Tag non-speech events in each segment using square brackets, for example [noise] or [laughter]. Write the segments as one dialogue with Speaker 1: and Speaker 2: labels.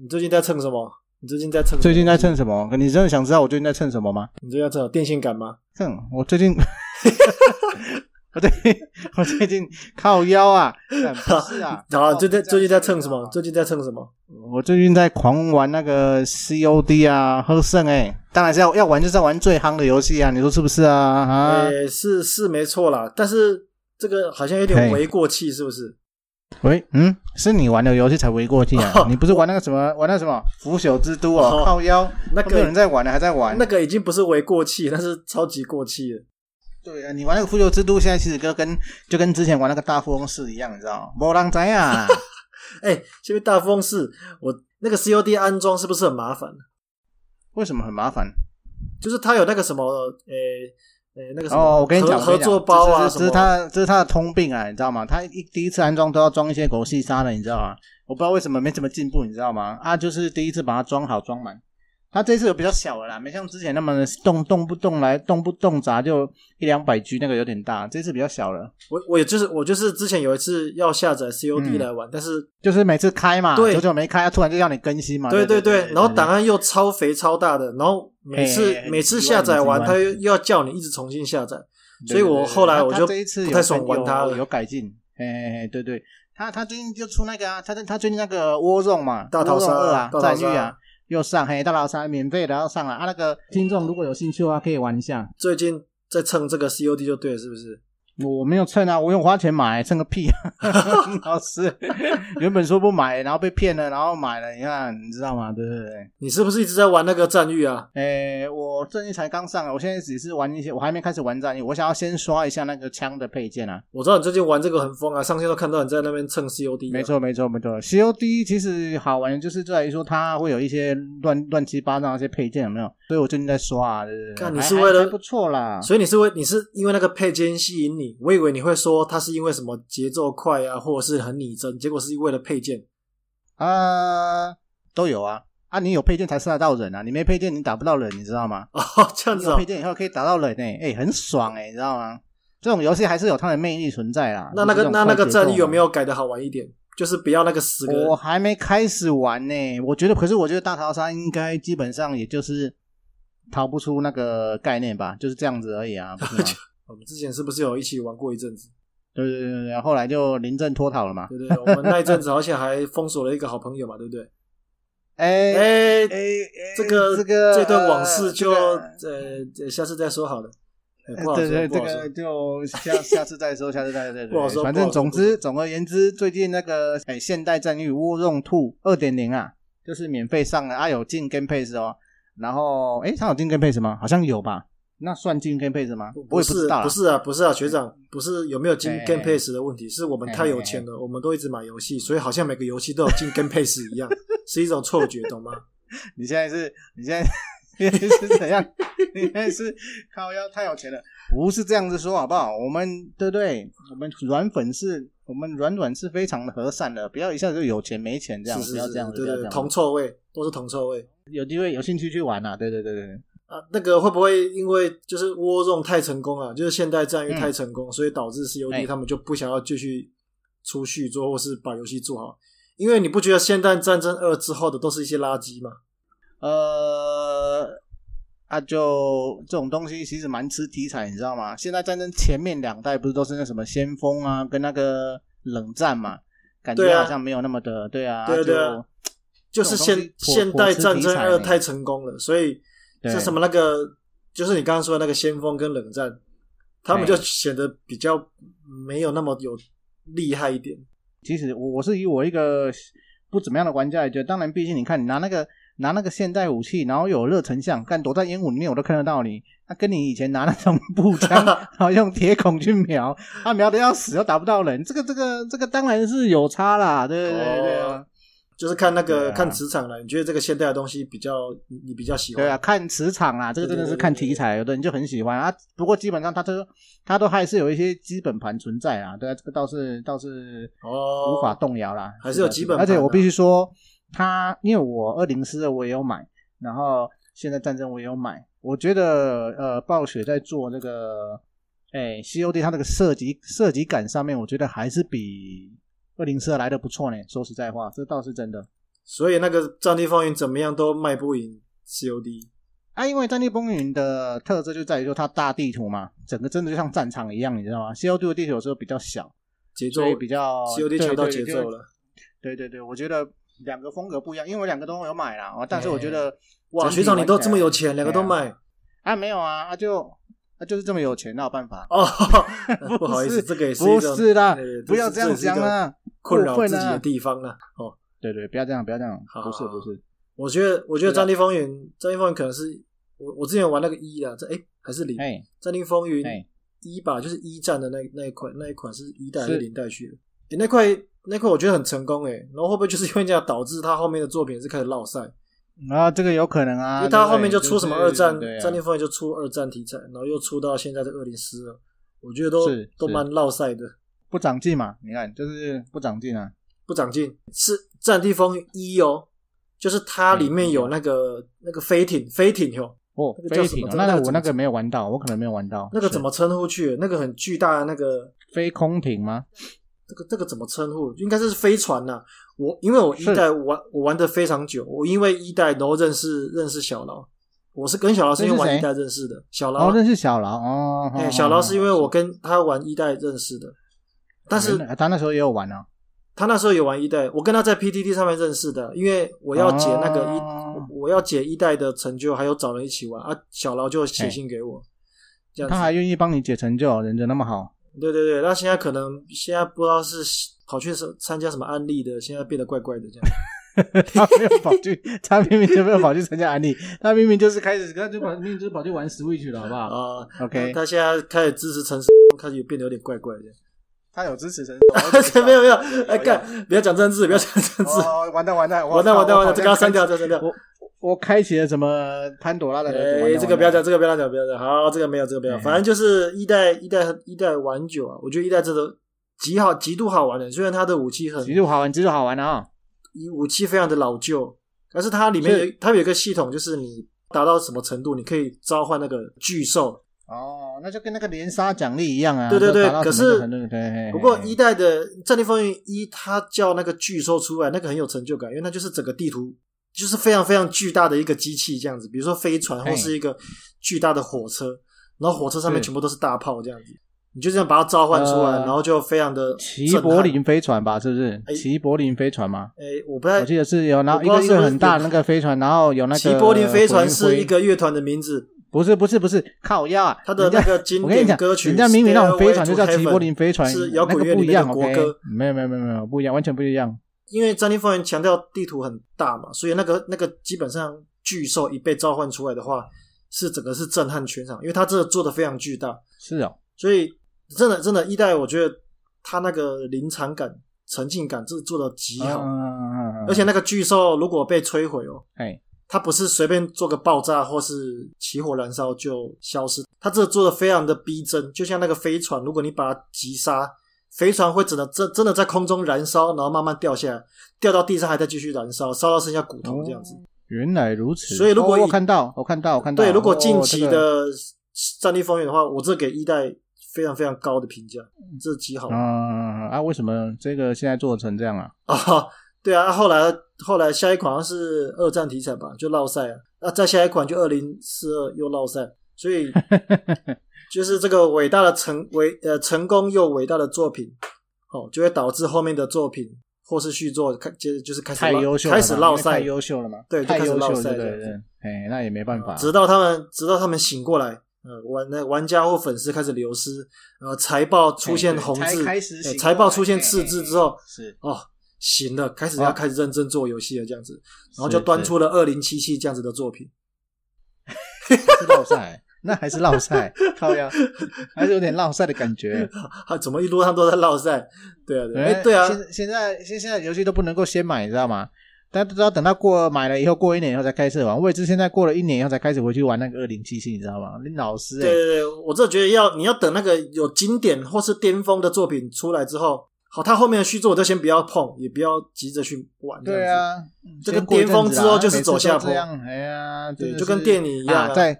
Speaker 1: 你最近在蹭什么？你最近在蹭什么？
Speaker 2: 最近在蹭什么？你真的想知道我最近在蹭什么吗？
Speaker 1: 你最近在蹭什么电线杆吗？，
Speaker 2: 蹭我最近， [laughs] 我最近我最近靠腰啊，干不是啊
Speaker 1: [laughs] 啊，最近
Speaker 2: 在
Speaker 1: 最近在蹭什么？最近在蹭什么？
Speaker 2: 我最近在狂玩那个 COD 啊，喝剩哎、当然是要要玩就是要玩最夯的游戏啊，你说是不是啊？啊，
Speaker 1: 哎，是是没错啦，但是这个好像有点
Speaker 2: 嘿
Speaker 1: 为过气，是不是？
Speaker 2: 喂，嗯，是你玩的游戏才围过去啊，
Speaker 1: 哦
Speaker 2: 你不是玩那个什么玩那什么腐朽之都哦，
Speaker 1: 哦
Speaker 2: 靠腰，
Speaker 1: 那
Speaker 2: 都没有人
Speaker 1: 个
Speaker 2: 在玩了，还在玩
Speaker 1: 那。个已经不是为过气，那是超级过气了。
Speaker 2: 对啊，你玩那个腐朽之都，现在其实跟跟就跟之前玩那个大富翁四一样，你知道吗？没人知
Speaker 1: [laughs]
Speaker 2: 啊。
Speaker 1: 哎，下面大富翁是我那个 COD 安装是不是很麻烦？
Speaker 2: 为什么很麻烦？
Speaker 1: 就是它有那个什么，呃呃，那个什么
Speaker 2: 哦，我跟你讲，
Speaker 1: 合合
Speaker 2: 我跟你讲
Speaker 1: 作包啊
Speaker 2: 这
Speaker 1: 什
Speaker 2: 是这
Speaker 1: 么
Speaker 2: 是，他这是他的通病啊，你知道吗？他一第一次安装都要装一些狗屁沙的，你知道吗？我不知道为什么没怎么进步，你知道吗？啊，就是第一次把它装好装满。他这次有比较小了啦，没像之前那么动动不动来动不动砸就一两百 G 那个有点大，这次比较小了，
Speaker 1: 我我也就是我就是之前有一次要下载 COD
Speaker 2: 嗯
Speaker 1: 来玩，但是
Speaker 2: 就是每次开嘛，
Speaker 1: 对
Speaker 2: 久久没开，突然就要你更新嘛，
Speaker 1: 对
Speaker 2: 啊对
Speaker 1: 对对，然后档
Speaker 2: 案
Speaker 1: 案又超肥超大的，然后每次
Speaker 2: 嘿
Speaker 1: 每次
Speaker 2: 很奇
Speaker 1: 下
Speaker 2: 怪
Speaker 1: 载完，
Speaker 2: 很
Speaker 1: 它
Speaker 2: 奇怪
Speaker 1: 又又要叫你一直重新下载，所以我后来我就
Speaker 2: 这一次
Speaker 1: 不
Speaker 2: 有
Speaker 1: 太爽玩它
Speaker 2: 有
Speaker 1: 了
Speaker 2: 有改进，哎哎哎，对对，他他最近就出那个啊，他他最近那个 War Zone 嘛，
Speaker 1: 大逃杀
Speaker 2: War Zone 二啊，
Speaker 1: 大逃
Speaker 2: 战
Speaker 1: 杀
Speaker 2: 域啊。又上嘿，大逃杀免费的要上了啊！那个听众如果有兴趣的话，可以玩一下。
Speaker 1: 最近在蹭这个 COD 就对了，是不是？
Speaker 2: 我没有蹭啊，我用花钱买，蹭个屁啊！ [laughs] 老师 [laughs] 原本说不买，然后被骗了，然后买了，你看你知道吗？对对对。
Speaker 1: 你是不是一直在玩那个战域啊？
Speaker 2: 诶，我最近才刚上啊，我现在只是玩一些，我还没开始玩战役，我想要先刷一下那个枪的配件啊。
Speaker 1: 我知道你最近玩这个很疯啊，上线都看到你在那边蹭 COD，啊
Speaker 2: 没，错，没错，没错。COD 其实好玩的就是在于说，它会有一些乱乱七八糟那些配件，有没有？所以我最近在刷、啊，对对对
Speaker 1: 干
Speaker 2: 还
Speaker 1: 你是为了
Speaker 2: 还还不错啦。
Speaker 1: 所以你是为你是因为那个配件吸引你，我以为你会说它是因为什么节奏快啊，或者是很拟真，结果是为了配件。
Speaker 2: 啊，都有啊啊！你有配件才杀得到人啊，你没配件你打不到人，你知道吗？
Speaker 1: 哦， [laughs] 这样
Speaker 2: 你
Speaker 1: 子
Speaker 2: 有
Speaker 1: 啊
Speaker 2: 配，件以后可以打到人诶、欸，哎、很爽诶、你知道吗？这种游戏还是有它的魅力存在啦。
Speaker 1: 那那
Speaker 2: 就
Speaker 1: 个
Speaker 2: 是这种
Speaker 1: 那那
Speaker 2: 快
Speaker 1: 个
Speaker 2: 节
Speaker 1: 战
Speaker 2: 奏啊哦
Speaker 1: 役有
Speaker 2: 嘛
Speaker 1: 没有改的好玩一点？就是不要那个十个人
Speaker 2: 我还没开始玩呢、我觉得，可是我觉得大逃杀应该基本上也就是逃不出那个概念吧，就是这样子而已啊，不是吗
Speaker 1: 我们之前是不是有一起玩过一阵子？
Speaker 2: 对对对对对，后来就临阵脱逃了嘛。
Speaker 1: 对不对，我们那一阵子而且还封锁了一个好朋友嘛，对不对？
Speaker 2: 哎哎
Speaker 1: 哎、
Speaker 2: [laughs] 哎，
Speaker 1: 这个
Speaker 2: 这个
Speaker 1: 这段往事
Speaker 2: 呃
Speaker 1: 就、
Speaker 2: 这个呃
Speaker 1: 呃下次再说好了，哎不好说，
Speaker 2: 对对，
Speaker 1: 不
Speaker 2: 这
Speaker 1: 好说
Speaker 2: 个。就下下次再说，下次再对对
Speaker 1: 不好说
Speaker 2: 对，反
Speaker 1: 不好说
Speaker 2: 正总
Speaker 1: 不好说
Speaker 2: 之总而言之，最近那个哎现代战役《War Room Two》二点零啊，就是免费上了啊，有进 Game Pass 哦。然后哎，它有进 Game Pass 吗？好像有吧？那算进 Game Pass 吗？我也
Speaker 1: 是
Speaker 2: 知道啊，
Speaker 1: 不是啊，不是啊，学长，不是有没有进
Speaker 2: 哎
Speaker 1: Game Pass 的问题，是我们太有钱了，我们都一直买游戏，所以好像每个游戏都有进 Game Pass 一样，
Speaker 2: [laughs]
Speaker 1: 是一种错觉，懂吗？
Speaker 2: 你现在是，你现在你现在是怎样？你现在是靠腰太有钱了？不是这样子说好不好？我们对不对？我们软粉是，我们软软是非常的和善的，不要一下子就有钱没钱这样，
Speaker 1: 是是
Speaker 2: 不要
Speaker 1: 是
Speaker 2: 这样，子，
Speaker 1: 对
Speaker 2: 不要这
Speaker 1: 对，
Speaker 2: 样
Speaker 1: 铜
Speaker 2: 子。
Speaker 1: 臭味都是铜臭味
Speaker 2: 有机会有兴趣去玩啊！对对对对对，
Speaker 1: 啊。那个会不会因为就是窝种太成功了，就是现代战役
Speaker 2: 嗯
Speaker 1: 太成功，所以导致 COD
Speaker 2: 哎
Speaker 1: 他们就不想要继续出续作，或是把游戏做好？因为你不觉得《现代战争二》之后的都是一些垃圾吗？
Speaker 2: 呃。啊，就这种东西其实蛮吃题材，你知道吗？现在战争前面两代不是都是那什么先锋啊，跟那个冷战嘛，感觉
Speaker 1: 对啊
Speaker 2: 好像没有那么的，对啊，
Speaker 1: 对啊对啊
Speaker 2: 就
Speaker 1: 就是
Speaker 2: 这
Speaker 1: 现
Speaker 2: 种东西颇
Speaker 1: 现代战
Speaker 2: 颇吃
Speaker 1: 争
Speaker 2: 题材
Speaker 1: 二
Speaker 2: 呢
Speaker 1: 太成功了，所以
Speaker 2: 对
Speaker 1: 像什么那个，就是你刚刚说的那个先锋跟冷战，他们就显得比较没有那么有厉害一点。
Speaker 2: 其实我我是以我一个不怎么样的玩家来觉得，当然，毕竟你看你拿那个拿那个现代武器，然后有热成像，干躲在烟雾里面我都看得到你。那、跟你以前拿那种 [laughs] 步枪，然后用铁孔去瞄，啊瞄的要死，又打不到人，这个这个这个当然是有差啦，对对对对啊，
Speaker 1: 就是看那
Speaker 2: 对
Speaker 1: 个、
Speaker 2: 啊
Speaker 1: 看磁场了，你觉得这个现代的东西比较你你比较喜欢？
Speaker 2: 对啊，看磁场啦，这个真的是看题材，有的人就很喜欢啊。不过基本上他都他都还是有一些基本盘存在啊，对啊，这个倒是倒是
Speaker 1: 哦，
Speaker 2: 无法动摇啦，
Speaker 1: 还是有基本
Speaker 2: 而且
Speaker 1: 盘
Speaker 2: 我
Speaker 1: 啊
Speaker 2: 必须说，它因为我二零四二我也有买，然后现在战争我也有买，我觉得呃暴雪在做那个哎 COD 它那个射击射击感上面，我觉得还是比二零四二来的不错呢。说实在话，这倒是真的。
Speaker 1: 所以那个《战地风云》怎么样都卖不赢 COD。
Speaker 2: 啊，因为《战地风云》的特色就在于说它大地图嘛，整个真的就像战场一样，你知道吗？COD 的地图有时候比较小，
Speaker 1: 节奏哦
Speaker 2: 所以比较
Speaker 1: COD
Speaker 2: 对
Speaker 1: 强到
Speaker 2: 对
Speaker 1: 节
Speaker 2: 就
Speaker 1: 奏了，
Speaker 2: 对对对，我觉得两个风格不一样，因为我两个都有买啦。哦但是我觉得、
Speaker 1: 哇，
Speaker 2: 整体
Speaker 1: 哎学长你
Speaker 2: 玩
Speaker 1: 都
Speaker 2: 起
Speaker 1: 这么
Speaker 2: 来
Speaker 1: 有钱，两个都
Speaker 2: 对啊
Speaker 1: 买
Speaker 2: 啊？没有啊，啊就啊就是这么有钱，那有办法？
Speaker 1: 哦，
Speaker 2: 不
Speaker 1: [laughs] 不好意思，
Speaker 2: 是
Speaker 1: 这个也是一
Speaker 2: 不
Speaker 1: 种
Speaker 2: 是啦
Speaker 1: 对对，
Speaker 2: 不要
Speaker 1: 这
Speaker 2: 这样讲
Speaker 1: 这也是一
Speaker 2: 啦，
Speaker 1: 困扰
Speaker 2: 过
Speaker 1: 自
Speaker 2: 分
Speaker 1: 己的
Speaker 2: 啊！
Speaker 1: 地方了。哦，
Speaker 2: 对对，不要这样，不要这样
Speaker 1: 好，
Speaker 2: 不是
Speaker 1: 好好
Speaker 2: 不是，
Speaker 1: 我觉得，我觉得《
Speaker 2: 是啊
Speaker 1: 战地风云》《战地风云》可能是我我之前玩那个一啊，这哎还是零，《
Speaker 2: 哎
Speaker 1: 战地风云》
Speaker 2: 哎，
Speaker 1: 一吧，就是一战的那那一款那一款是一代还是
Speaker 2: 是
Speaker 1: 零代去的？诶那块那块我觉得很成功诶、然后会不会就是因为这样导致他后面的作品是开始落赛？
Speaker 2: 然后这个有可能
Speaker 1: 因
Speaker 2: 啊，
Speaker 1: 为他
Speaker 2: 对不
Speaker 1: 后面
Speaker 2: 对就
Speaker 1: 出什么
Speaker 2: 是
Speaker 1: 二战、
Speaker 2: 对啊
Speaker 1: 战地风云就出二战题材，然后又出到现在的二零四二，我觉得都
Speaker 2: 是
Speaker 1: 都蛮落赛的，
Speaker 2: 不长进嘛？你看，就是不长进啊。
Speaker 1: 不长进。是战地风云一哦，就是它
Speaker 2: 嗯
Speaker 1: 里面有那个、那个飞艇飞艇哟，
Speaker 2: 哦
Speaker 1: 那，个叫
Speaker 2: 飞
Speaker 1: 什么
Speaker 2: 艇哦，
Speaker 1: 那
Speaker 2: 那
Speaker 1: 个
Speaker 2: 我
Speaker 1: 怎
Speaker 2: 那
Speaker 1: 么
Speaker 2: 个没有玩到，我可能没有玩到。
Speaker 1: 那个
Speaker 2: 是
Speaker 1: 怎么称呼去？那个很巨大的那个
Speaker 2: 飞空艇吗？
Speaker 1: 这个这个怎么称呼？应该是飞船呐、我因为我一
Speaker 2: 是
Speaker 1: 代玩我玩的非常久，我因为一代然后认识认识小劳，我是跟小劳是因为
Speaker 2: 认识
Speaker 1: 玩
Speaker 2: 谁
Speaker 1: 一代认识的。小劳
Speaker 2: 哦，，认识小劳哦。
Speaker 1: 哎、
Speaker 2: 哦
Speaker 1: 小劳是因
Speaker 2: 哦
Speaker 1: 为我跟他玩一代认识的，但是
Speaker 2: 原来他那时候也有玩啊。
Speaker 1: 他那时候有玩一代，我跟他在 PTT 上面认识的，因为我要解那个一，
Speaker 2: 哦
Speaker 1: 我要解一代的成就，还有找人一起玩啊。小劳就写信给我，这样子
Speaker 2: 哎他。还愿意帮你解成就，人家那么好。 [laughs]
Speaker 1: 对对对，那现在可能现在不知道是跑去什参加什么案例的，现在变得怪怪的这样。
Speaker 2: 他没有跑去， [laughs] 他明明就没有跑去参加安利，他明明就是开始，他就跑，明明就是跑去玩 Switch 了，好不好
Speaker 1: 啊、
Speaker 2: ？OK，
Speaker 1: 他现在开始支持陈世，开始变得有点怪怪的。 [laughs]
Speaker 2: 他有支持神
Speaker 1: 没有没有，哎干，不要讲政治，不要讲政治，
Speaker 2: 哦，完蛋完蛋
Speaker 1: 完蛋完蛋完蛋，这个要删。
Speaker 2: 我靠
Speaker 1: 掉，这个删掉。
Speaker 2: 我我开启了什么潘朵拉的盒子？完
Speaker 1: 哎，
Speaker 2: 蛋
Speaker 1: 这个不要，
Speaker 2: 完蛋
Speaker 1: 讲，这个不要讲，不要讲。好，这个没有，这个没有，
Speaker 2: 哎
Speaker 1: 反正就是一代一代一代玩久啊，我觉得一代真的极好，极度好玩的。虽然它的武器很
Speaker 2: 极度好玩，极度好玩啊！
Speaker 1: 武器非常的老旧，但是它里面有
Speaker 2: 是
Speaker 1: 它有一个系统，就是你达到什么程度，你可以召唤那个巨兽，
Speaker 2: 哦，那就跟那个连杀奖励一样啊。
Speaker 1: 对对对
Speaker 2: 就达到
Speaker 1: 可
Speaker 2: 什么
Speaker 1: 是
Speaker 2: 程度对嘿嘿
Speaker 1: 不过
Speaker 2: 嘿
Speaker 1: 一代的《战地风云一》，它叫那个巨兽出来，那个很有成就感，因为那就是整个地图就是非常非常巨大的一个机器这样子，比如说飞船
Speaker 2: 嘿
Speaker 1: 或是一个巨大的火车，然后火车上面
Speaker 2: 是
Speaker 1: 全部都是大炮这样子，你就这样把它召唤出来，
Speaker 2: 呃
Speaker 1: 然后就非常的
Speaker 2: 齐
Speaker 1: 震撼
Speaker 2: 柏。林飞船吧，是不是
Speaker 1: 哎？
Speaker 2: 齐柏林飞船吗？
Speaker 1: 哎，我不太
Speaker 2: 我记得是有，然后一
Speaker 1: 我
Speaker 2: 个
Speaker 1: 不
Speaker 2: 一
Speaker 1: 知道是不
Speaker 2: 个
Speaker 1: 是
Speaker 2: 很大的那个飞船，然后有那个
Speaker 1: 齐柏林飞船
Speaker 2: 火
Speaker 1: 是
Speaker 2: 焰
Speaker 1: 一
Speaker 2: 灰，
Speaker 1: 个乐团的名字，
Speaker 2: 不是不是不是靠腰啊，
Speaker 1: 它的
Speaker 2: 人家
Speaker 1: 那个经
Speaker 2: 我跟你
Speaker 1: 典
Speaker 2: 讲
Speaker 1: 歌曲
Speaker 2: 人家明明那种飞船就叫
Speaker 1: Stairway to
Speaker 2: 齐柏林飞船，
Speaker 1: Heaven，是摇滚乐
Speaker 2: 那个
Speaker 1: 里
Speaker 2: 不一
Speaker 1: 面
Speaker 2: 样
Speaker 1: 的
Speaker 2: o
Speaker 1: 国歌。
Speaker 2: 没有没有没有没有不一样，完全不一样。
Speaker 1: 因为《战地风云》强调地图很大嘛，所以那个那个基本上巨兽一被召唤出来的话，是整个是震撼全场，因为它真的做的非常巨大，
Speaker 2: 是哦，
Speaker 1: 所以真的真的，一代我觉得它那个临场感、沉浸感，这做的极好。
Speaker 2: 嗯
Speaker 1: 而且那个巨兽如果被摧毁哦，
Speaker 2: 哎，
Speaker 1: 它不是随便做个爆炸或是起火燃烧就消失，它这做的非常的逼真，就像那个飞船，如果你把它击杀，飞船会只能真真的在空中燃烧，然后慢慢掉下来，掉到地上还在继续燃烧，烧到剩下骨头这样子。
Speaker 2: 原来如此。
Speaker 1: 所以如果
Speaker 2: 哦
Speaker 1: 以
Speaker 2: 我看到，我看到，哦我看到。
Speaker 1: 对，如果
Speaker 2: 哦
Speaker 1: 近期
Speaker 2: 这个
Speaker 1: 的战力风云的话，我这给一代非常非常高的评价，这极好啊、
Speaker 2: 嗯啊，为什么这个现在做成这样啊？
Speaker 1: 对啊，后来后来下一款好像是二战题材吧，就绕赛啊，那再下一款就二零四二又绕赛，所以就是这个伟大的成伟呃成功又伟大的作品，哦，就会导致后面的作品或是续作开接着就是开始
Speaker 2: 太
Speaker 1: 落
Speaker 2: 优秀了嘛，
Speaker 1: 开始落
Speaker 2: 因为
Speaker 1: 赛
Speaker 2: 太，优秀了嘛，
Speaker 1: 对就
Speaker 2: 太
Speaker 1: 开始
Speaker 2: 优秀
Speaker 1: 落
Speaker 2: 了，
Speaker 1: 赛
Speaker 2: 对
Speaker 1: 这
Speaker 2: 对
Speaker 1: 样子
Speaker 2: 对。哎，那也没办法。
Speaker 1: 直到他们直到他们醒过来，呃，玩那玩家或粉丝开始流失，呃，财报出现红
Speaker 2: 哎才
Speaker 1: 字，
Speaker 2: 开始
Speaker 1: 呃
Speaker 2: 醒
Speaker 1: 财报
Speaker 2: 过来
Speaker 1: 出现
Speaker 2: 嘿
Speaker 1: 赤字
Speaker 2: 嘿
Speaker 1: 之后，
Speaker 2: 是
Speaker 1: 哦，行了，开始
Speaker 2: 哦
Speaker 1: 要开始认真做游戏了，这样子，然后
Speaker 2: 是
Speaker 1: 就端
Speaker 2: 是
Speaker 1: 出了二零七七这样子的作品。 [laughs]
Speaker 2: 是落赛，那还是落 [laughs] 赛，靠呀，还是有点落赛的感觉。
Speaker 1: 啊，怎么一路上都在落赛？对啊，对啊， [laughs] 哎、
Speaker 2: 哎
Speaker 1: 对啊，
Speaker 2: 现现在现现在游戏都不能够先买，你知道吗？大家都要等到过买了以后，过一年以后才开始玩。我也是现在过了一年以后才开始回去玩那个二零七七，你知道吗？林老师、
Speaker 1: 对
Speaker 2: 欸，
Speaker 1: 对对，我这觉得要你要等那个有经典或是巅峰的作品出来之后，好，他后面的续作我就先不要碰，也不要急着去玩。
Speaker 2: 对，啊，嗯
Speaker 1: 这个
Speaker 2: 先过一阵子
Speaker 1: 巅
Speaker 2: 啦
Speaker 1: 峰之后就是走下坡
Speaker 2: 每次都这样哎呀，
Speaker 1: 对，
Speaker 2: 真的
Speaker 1: 就跟
Speaker 2: 是
Speaker 1: 电影一样、
Speaker 2: 啊，在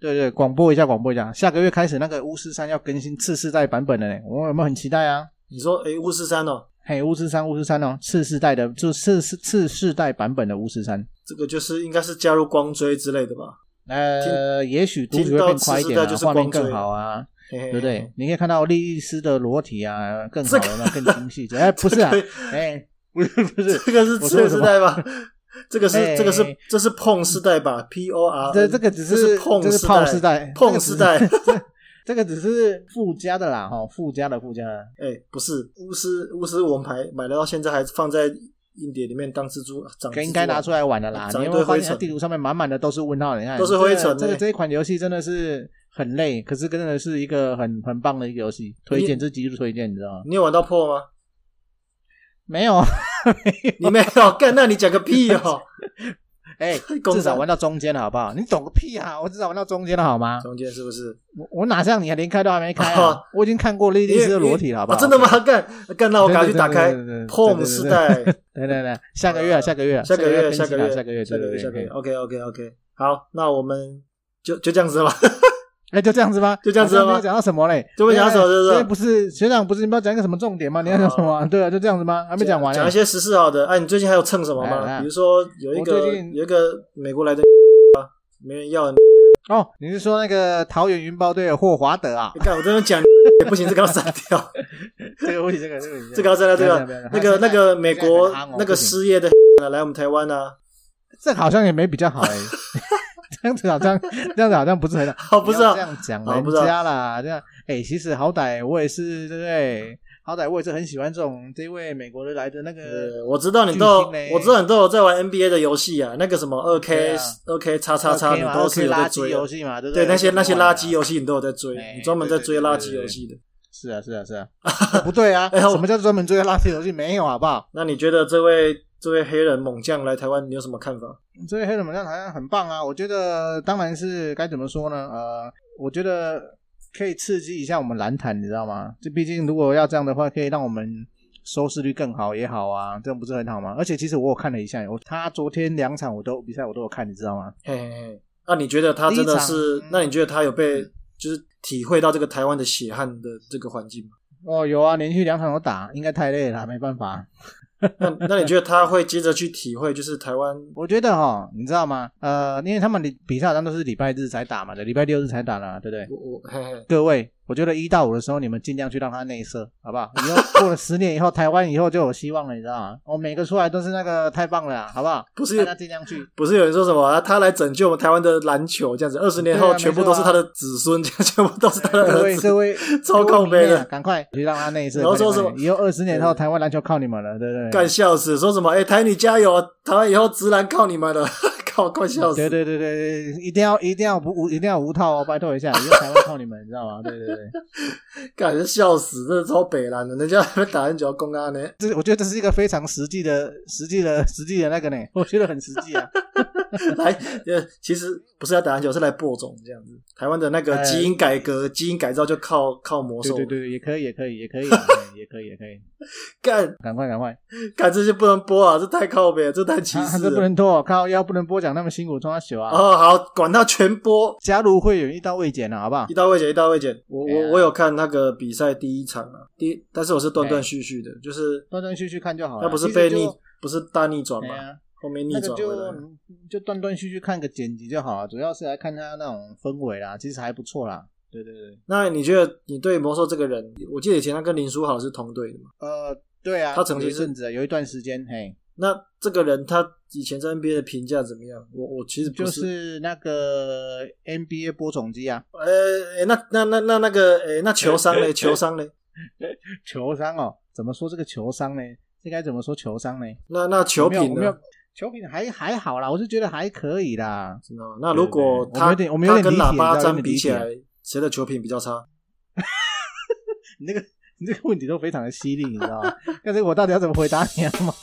Speaker 2: 对对，广播一下，广播一下，下个月开始那个巫师三要更新次世代版本了呢，我有没有很期待啊？
Speaker 1: 你说，诶，巫师三哦，
Speaker 2: 嘿，巫师三，巫师三哦，次世代的，就次次次世代版本的巫师三。
Speaker 1: 这个就是应该是加入光追之类的吧？
Speaker 2: 呃，也许读取会变快一点
Speaker 1: 听到次世代就
Speaker 2: 啊，
Speaker 1: 是
Speaker 2: 画
Speaker 1: 光
Speaker 2: 面
Speaker 1: 追哎
Speaker 2: 更好啊，
Speaker 1: 嘿嘿嘿
Speaker 2: 对不对？？你可以看到莉莉丝的裸体啊，更好了，更精细。
Speaker 1: [laughs]
Speaker 2: 哎，不是啊，哎，不是不是，
Speaker 1: 这个是
Speaker 2: 我
Speaker 1: 次
Speaker 2: 说
Speaker 1: 世
Speaker 2: 什么
Speaker 1: 代
Speaker 2: [laughs]
Speaker 1: 吧？这个
Speaker 2: 哎
Speaker 1: 是这个是这是碰世代吧？P O R，
Speaker 2: [laughs] 这这个只
Speaker 1: 这
Speaker 2: 是
Speaker 1: 碰
Speaker 2: 这是炮世代，
Speaker 1: 碰世代
Speaker 2: 这个只是 [laughs] 这这个只是附加的啦，哈，附加的附加的。
Speaker 1: 哎，不是巫师巫师王牌买了到现在还放在硬碟里面当蜘蛛，啊长
Speaker 2: 应该拿出来玩的啦。
Speaker 1: 长
Speaker 2: 你
Speaker 1: 一
Speaker 2: 有
Speaker 1: 堆
Speaker 2: 没有发
Speaker 1: 灰
Speaker 2: 现
Speaker 1: 尘
Speaker 2: 地图上面满满的都是问号？你看，
Speaker 1: 都是灰尘
Speaker 2: 这个这个
Speaker 1: 欸
Speaker 2: 这一款游戏真的是很累，可是真的是一个很很棒的一个游戏，推荐，这是极度推荐，你知道吗？
Speaker 1: 你有玩到破吗？[laughs]
Speaker 2: 没有，
Speaker 1: 你没有干？那你讲个屁哦！
Speaker 2: 哎，
Speaker 1: 公
Speaker 2: 至
Speaker 1: 仔
Speaker 2: 少玩到中间了好不好？你懂个屁啊！我至少玩到中间了好吗？
Speaker 1: 中间是不是？
Speaker 2: 我我哪像你啊，连开都还没开啊
Speaker 1: 哦！
Speaker 2: 我已经看过莉莉丝的裸体了，好不好？
Speaker 1: 啊真的吗？干干，那我赶快去打开
Speaker 2: 对对对对对对对对
Speaker 1: 碰世代，
Speaker 2: 对对对，下个月啊，下个月啊，
Speaker 1: 哦下个月
Speaker 2: 月，
Speaker 1: 下
Speaker 2: 下
Speaker 1: 个月
Speaker 2: 下个月，
Speaker 1: 下个
Speaker 2: 对
Speaker 1: 月下个。
Speaker 2: 对
Speaker 1: 月
Speaker 2: 对
Speaker 1: ，OK OK OK，好，那我们就就这样子吧。
Speaker 2: 哎，就这样子吗？
Speaker 1: 就这样子了吗
Speaker 2: 好像没有讲到什么嘞？
Speaker 1: 就没讲到什么就是哦
Speaker 2: 因为不是学长，不是你不要讲一个什么重点吗？你要讲什么啊？对啊，就这样子吗？还没讲完。啊
Speaker 1: 讲一些时事好的。哎、你最近还有蹭什么
Speaker 2: 来来
Speaker 1: 吗？比如说有一
Speaker 2: 我
Speaker 1: 个
Speaker 2: 最近
Speaker 1: 有一个美国来的啊，没人要。
Speaker 2: 哦，你是说那个桃园云豹队的霍华德
Speaker 1: [laughs]
Speaker 2: 啊
Speaker 1: 你？看我这边讲不行，这个要删掉，
Speaker 2: 这个问题，这个这个
Speaker 1: 这个要删掉，这
Speaker 2: 不要
Speaker 1: 个
Speaker 2: 不要
Speaker 1: 那
Speaker 2: 不要
Speaker 1: 个那个美国
Speaker 2: 现在很夯哦
Speaker 1: 那个
Speaker 2: 不行
Speaker 1: 失业的啊来我们台湾啊，
Speaker 2: 这好像也没比较好哎。 [laughs] 这样子好像，这样子好像不是很好。
Speaker 1: 好不是
Speaker 2: 要这
Speaker 1: 啊？
Speaker 2: 样讲
Speaker 1: 啊
Speaker 2: 人
Speaker 1: 不是啊
Speaker 2: 家啦，这样哎、其实好歹我也是对不对？好歹我也是很喜欢这种这位美国的来的那个
Speaker 1: 呃，我知道你都
Speaker 2: 巨星嘞
Speaker 1: 有，我知道你都有在玩 NBA 的游戏啊，那个什么二
Speaker 2: 对
Speaker 1: K
Speaker 2: 啊
Speaker 1: 二 K 叉叉叉，
Speaker 2: 2K
Speaker 1: 你
Speaker 2: 嘛
Speaker 1: 都是
Speaker 2: 2K
Speaker 1: 有在
Speaker 2: 垃圾
Speaker 1: 追
Speaker 2: 游
Speaker 1: 的。
Speaker 2: 戏嘛，对不
Speaker 1: 对那些那些垃圾
Speaker 2: 游。
Speaker 1: 游戏你都有在追
Speaker 2: 啊哎，
Speaker 1: 你专门在追
Speaker 2: 对对
Speaker 1: 垃
Speaker 2: 对
Speaker 1: 圾
Speaker 2: 对对
Speaker 1: 游戏的。
Speaker 2: 是啊，是
Speaker 1: [laughs]
Speaker 2: 啊，是啊，不对啊！
Speaker 1: 哎我
Speaker 2: 什么叫专门追垃圾游戏？没有好不好？
Speaker 1: 那你觉得这位这位黑人猛将来台湾，你有什么看法？
Speaker 2: 追黑人猛将好像很棒啊！我觉得当然是该怎么说呢？呃，我觉得可以刺激一下我们篮坛，你知道吗？这毕竟如果要这样的话，可以让我们收视率更好也好啊，这样不是很好吗？而且其实我有看了一下，我他昨天两场我都比赛我都有看，你知道吗？
Speaker 1: 嘿嘿嘿，那你觉得他真的
Speaker 2: 第一
Speaker 1: 是
Speaker 2: 场？嗯
Speaker 1: 那你觉得他有被就是体会到这个台湾的血汗的这个环境吗？
Speaker 2: 哦，有啊，连续两场都打，应该太累了，没办法。
Speaker 1: 那那你觉得他会接着去体会，就是台湾？
Speaker 2: 我觉得哈，你知道吗？呃，因为他们的比赛好像都是礼拜日才打嘛，对，礼拜六日才打啦，对不对？
Speaker 1: 我我嘿嘿，
Speaker 2: 各位，我觉得一到五的时候，你们尽量去让它内射，好不好？以后过了十年以后，台湾以后就有希望了，你知道吗？ [laughs] 我、每个出来都是那个太棒了啊，好不好？
Speaker 1: 不是
Speaker 2: 大家尽量去。
Speaker 1: 不是有人说什么、啊、他来拯救我们台湾的篮球这样子，二十年
Speaker 2: 对
Speaker 1: 后
Speaker 2: 啊
Speaker 1: 全部都是他的子孙，这样全部都是他
Speaker 2: [laughs]
Speaker 1: 的
Speaker 2: 各
Speaker 1: [laughs]
Speaker 2: 位，
Speaker 1: 儿
Speaker 2: 各
Speaker 1: 子。
Speaker 2: 位，
Speaker 1: 超
Speaker 2: 各位
Speaker 1: 靠背的
Speaker 2: 迷妹啊赶快去让它内射。
Speaker 1: 然后说
Speaker 2: 快
Speaker 1: 什
Speaker 2: 点
Speaker 1: 么
Speaker 2: 快点以后二十年后，台湾篮球靠你们了，对不对？
Speaker 1: 干笑死！说什么？哎、台女加油！台湾以后直男靠你们了， [laughs] 靠，快笑死！
Speaker 2: 对对对对对，一定要一定要不无一定要无套哦，拜托一下，以后台湾靠你们，你知道吗？对对对。
Speaker 1: 感觉笑死，真的超北蓝的，人家还没打篮球，公安呢？ [laughs]
Speaker 2: 这我觉得这是一个非常实际的、实际的、实际的那个呢，我觉得很实
Speaker 1: [laughs]
Speaker 2: 际啊。
Speaker 1: 来，呃，其实不是要打篮球，是来播种这样子。台湾的那个
Speaker 2: 哎
Speaker 1: 基因改革、基因改造就靠靠魔
Speaker 2: 对
Speaker 1: 兽，
Speaker 2: 对对，对也可以，也可以，也可以啊，哎也可以，也可以，
Speaker 1: 干
Speaker 2: 赶快赶快！
Speaker 1: 干这些不能播啊，这太靠北了，这太歧
Speaker 2: 啊
Speaker 1: 视
Speaker 2: 这不
Speaker 1: 了。
Speaker 2: 能拖，靠腰不能播讲那么辛苦，冲他小啊！
Speaker 1: 哦，好，管他全播，
Speaker 2: 加入会员一刀未剪了，好不好
Speaker 1: 一？刀未剪，一刀未剪。我
Speaker 2: 哎呀
Speaker 1: 我我有看那个比赛第一场啊，第一但是我是断断续续的，就是
Speaker 2: 断断续续看就好了。
Speaker 1: 那不是
Speaker 2: 其实
Speaker 1: 被
Speaker 2: 就
Speaker 1: 逆，不是大逆转
Speaker 2: 哎
Speaker 1: 嘛，
Speaker 2: 呀，
Speaker 1: 后面逆
Speaker 2: 那
Speaker 1: 转
Speaker 2: 个
Speaker 1: 回
Speaker 2: 就
Speaker 1: 来。
Speaker 2: 就断断续续看个剪辑就好了，主要是来看他那种氛围啦，其实还不错啦。对对对，
Speaker 1: 那你觉得你对魔兽这个人，我记得以前他跟林书豪是同队的嘛？
Speaker 2: 呃，对啊，
Speaker 1: 他曾经
Speaker 2: 有一
Speaker 1: 是
Speaker 2: 阵子有一段时间，嘿，
Speaker 1: 那这个人他以前在 NBA 的评价怎么样？我我其实不，
Speaker 2: 就是是那个 NBA 播种机啊，
Speaker 1: 呃、诶那那那那那个，诶、那球商嘞，球商嘞，
Speaker 2: 球商哦，怎么说这个球商呢？这该怎么说球商呢？
Speaker 1: 那那球
Speaker 2: 我没有
Speaker 1: 品
Speaker 2: 我没有
Speaker 1: 呢？
Speaker 2: 球品还还好啦，我是觉得还可以啦。
Speaker 1: 真的吗那如果
Speaker 2: 对对对我们
Speaker 1: 他
Speaker 2: 有点我们有点
Speaker 1: 他跟
Speaker 2: 理解
Speaker 1: 喇叭
Speaker 2: 你知道有
Speaker 1: 詹
Speaker 2: 点
Speaker 1: 比起来
Speaker 2: 理，
Speaker 1: 谁的球品比较差？
Speaker 2: 你这个你这个问题都非常的犀利，你知道吗？ [laughs] 但是我到底要怎么回答你啊 [laughs] 妈？